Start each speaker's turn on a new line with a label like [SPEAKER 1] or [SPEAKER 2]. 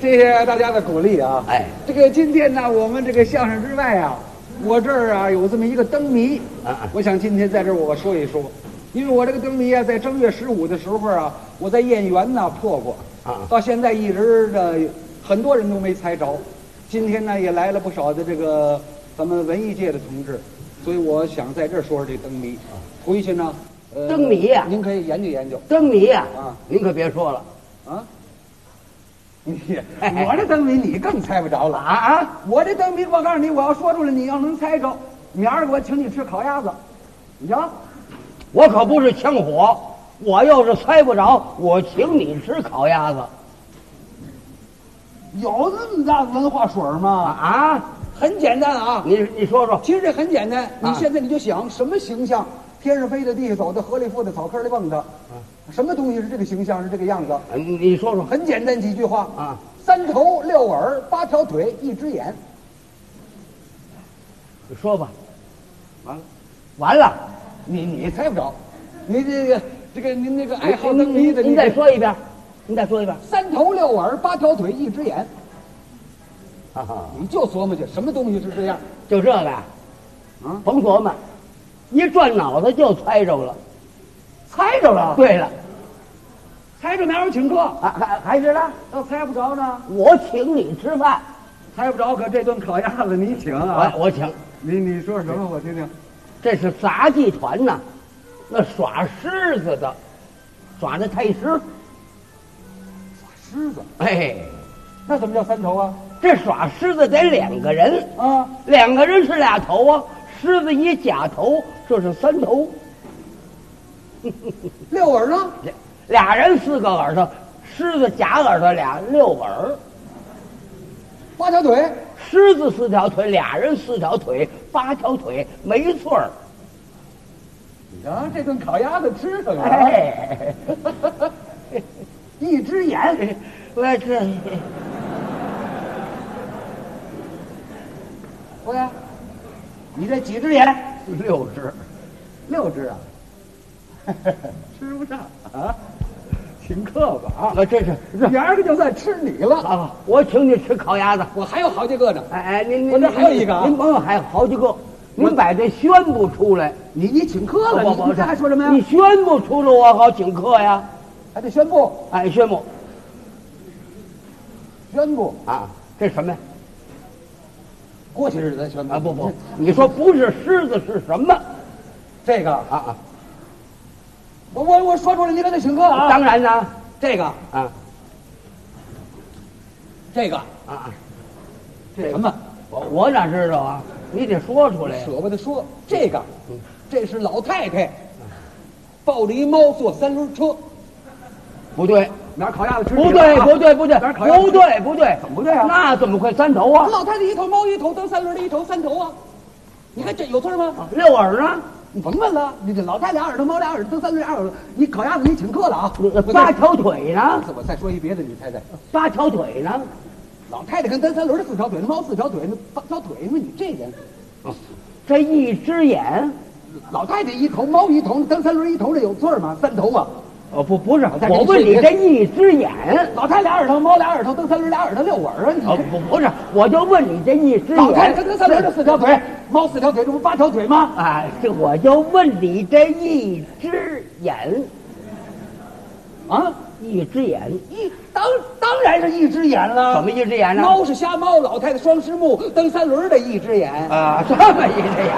[SPEAKER 1] 谢谢大家的鼓励啊！
[SPEAKER 2] 哎，
[SPEAKER 1] 这个今天呢，我们这个相声之外啊，我这儿啊有这么一个灯谜
[SPEAKER 2] 啊啊
[SPEAKER 1] 我想今天在这儿我说一说，因为我这个灯谜啊，在正月十五的时候啊，我在燕园呢破过
[SPEAKER 2] 啊
[SPEAKER 1] 到现在一直的很多人都没猜着。今天呢，也来了不少的这个咱们文艺界的同志，所以我想在这儿说说这灯谜。回去呢，呃
[SPEAKER 2] 啊灯谜啊
[SPEAKER 1] 您可以研究研究
[SPEAKER 2] 灯谜呀、
[SPEAKER 1] 啊
[SPEAKER 2] 您可别说了，
[SPEAKER 1] 啊！ 你我这灯谜你更猜不着了啊啊！我这灯谜，我告诉你，我要说出来，你要能猜着，明儿我请你吃烤鸭子，你瞧，
[SPEAKER 2] 我可不是枪火，我要是猜不着，我请你吃烤鸭子
[SPEAKER 1] 有那么大文化水吗？
[SPEAKER 2] 啊！
[SPEAKER 1] 很简单啊，
[SPEAKER 2] 你你说说，
[SPEAKER 1] 其实这很简单，你
[SPEAKER 2] 啊
[SPEAKER 1] 现在你就想什么形象，天上飞的，地下走的，河里浮的，草坑里蹦的，什么东西是这个形象是这个样子？
[SPEAKER 2] 嗯你说说
[SPEAKER 1] 很简单几句话
[SPEAKER 2] 啊，
[SPEAKER 1] 三头六耳八条腿一只眼，
[SPEAKER 2] 你说吧，
[SPEAKER 1] 完了。
[SPEAKER 2] 完了，
[SPEAKER 1] 你你猜不着，你这个这个您那个爱好灯谜的，
[SPEAKER 2] 您
[SPEAKER 1] 你
[SPEAKER 2] 您再说一遍，您再说一遍
[SPEAKER 1] 三头六耳八条腿一只眼，
[SPEAKER 2] 啊！
[SPEAKER 1] 你就琢磨去什么东西是这样？
[SPEAKER 2] 就这个呀，
[SPEAKER 1] 啊
[SPEAKER 2] 甭琢磨，一转脑子就猜着了。
[SPEAKER 1] 猜着了，啊
[SPEAKER 2] 对了，
[SPEAKER 1] 猜着明儿我请客。
[SPEAKER 2] 还还还是呢，
[SPEAKER 1] 要猜不着呢，
[SPEAKER 2] 我请你吃饭，
[SPEAKER 1] 猜不着可这顿烤鸭子你请啊
[SPEAKER 2] 我我请。
[SPEAKER 1] 你你说什么我听听？
[SPEAKER 2] 这是杂技团呐，那耍狮子的，耍那太师。
[SPEAKER 1] 狮子，
[SPEAKER 2] 哎，
[SPEAKER 1] 那怎么叫三头啊？
[SPEAKER 2] 这耍狮子得两个人，
[SPEAKER 1] 啊，
[SPEAKER 2] 两个人是俩头啊，狮子一假头，这是三头，
[SPEAKER 1] 六耳呢？
[SPEAKER 2] 俩俩人四个耳朵，狮子假耳朵俩六耳，
[SPEAKER 1] 八条腿，
[SPEAKER 2] 狮子四条腿，俩人四条腿，八条腿，没错儿。
[SPEAKER 1] 啊，这顿烤鸭子吃什么哎，
[SPEAKER 2] 哎，
[SPEAKER 1] 一只眼，
[SPEAKER 2] 我这
[SPEAKER 1] 喂，你这几只眼？
[SPEAKER 2] 六只，
[SPEAKER 1] 六只啊， 吃不上啊，请客吧啊！
[SPEAKER 2] 我这是
[SPEAKER 1] 明儿个就算吃你了，
[SPEAKER 2] 啊，我请你吃烤鸭子。
[SPEAKER 1] 我还有好几个呢。
[SPEAKER 2] 哎哎，您您
[SPEAKER 1] 我这还有一个啊
[SPEAKER 2] 您甭有还有好几个，您把这宣布出来。
[SPEAKER 1] 你你请客了，
[SPEAKER 2] 我
[SPEAKER 1] 你哦你这还说什么
[SPEAKER 2] 你
[SPEAKER 1] 呀？
[SPEAKER 2] 宣布出来，我好请客呀！
[SPEAKER 1] 还得宣布
[SPEAKER 2] 哎，宣布
[SPEAKER 1] 宣布，
[SPEAKER 2] 啊，这什么呀？
[SPEAKER 1] 过些日子再宣布
[SPEAKER 2] 啊不不，你说不是狮子是什么？
[SPEAKER 1] 这个
[SPEAKER 2] 啊啊，
[SPEAKER 1] 我我我说出来，你可得请客啊！
[SPEAKER 2] 当然啦，
[SPEAKER 1] 这个
[SPEAKER 2] 啊
[SPEAKER 1] 这个
[SPEAKER 2] 啊啊，
[SPEAKER 1] 这什么
[SPEAKER 2] 我我哪知道啊？你得说出来呀。
[SPEAKER 1] 舍不得说嗯这个，这是老太太抱着一猫坐三轮车，
[SPEAKER 2] 不对，
[SPEAKER 1] 哪烤鸭子吃
[SPEAKER 2] 不对，不对，不对，
[SPEAKER 1] 哪儿烤鸭子
[SPEAKER 2] 不对，不对，
[SPEAKER 1] 怎么不对啊
[SPEAKER 2] 那怎么会三头啊？
[SPEAKER 1] 老太太一头猫一头蹬三轮的一头三头啊！你看这有错吗？
[SPEAKER 2] 六耳呢？
[SPEAKER 1] 啊你甭问了，你这老太俩耳朵猫俩耳朵蹬三轮俩耳朵，你烤鸭子你请客了啊！
[SPEAKER 2] 八条腿呢？
[SPEAKER 1] 我再说一别的，你猜猜，
[SPEAKER 2] 八条腿呢？
[SPEAKER 1] 老太太跟蹬三轮的四条腿，那猫四条腿，那八条腿，那你这人，
[SPEAKER 2] 这一只眼。
[SPEAKER 1] 老太太一头猫一头，蹬三轮一头，这有错吗？三头啊！
[SPEAKER 2] 哦，不，不是，
[SPEAKER 1] 再给你
[SPEAKER 2] 我
[SPEAKER 1] 说
[SPEAKER 2] 问
[SPEAKER 1] 一
[SPEAKER 2] 你
[SPEAKER 1] 遍
[SPEAKER 2] 这一只眼。
[SPEAKER 1] 老太俩耳朵猫俩耳朵蹬三轮俩耳朵六耳啊！你
[SPEAKER 2] 哦，不，不是，我就问你这一只眼。
[SPEAKER 1] 老太太跟蹬三轮的四条腿，猫四条腿，这不八条腿吗？
[SPEAKER 2] 哎，这我就问你这一只眼，
[SPEAKER 1] 啊，
[SPEAKER 2] 一只眼，
[SPEAKER 1] 一当当然是一只眼了。
[SPEAKER 2] 怎么一只眼呢？
[SPEAKER 1] 猫是瞎猫，老太太双狮目，蹬三轮的一只眼。
[SPEAKER 2] 啊，这么一只眼，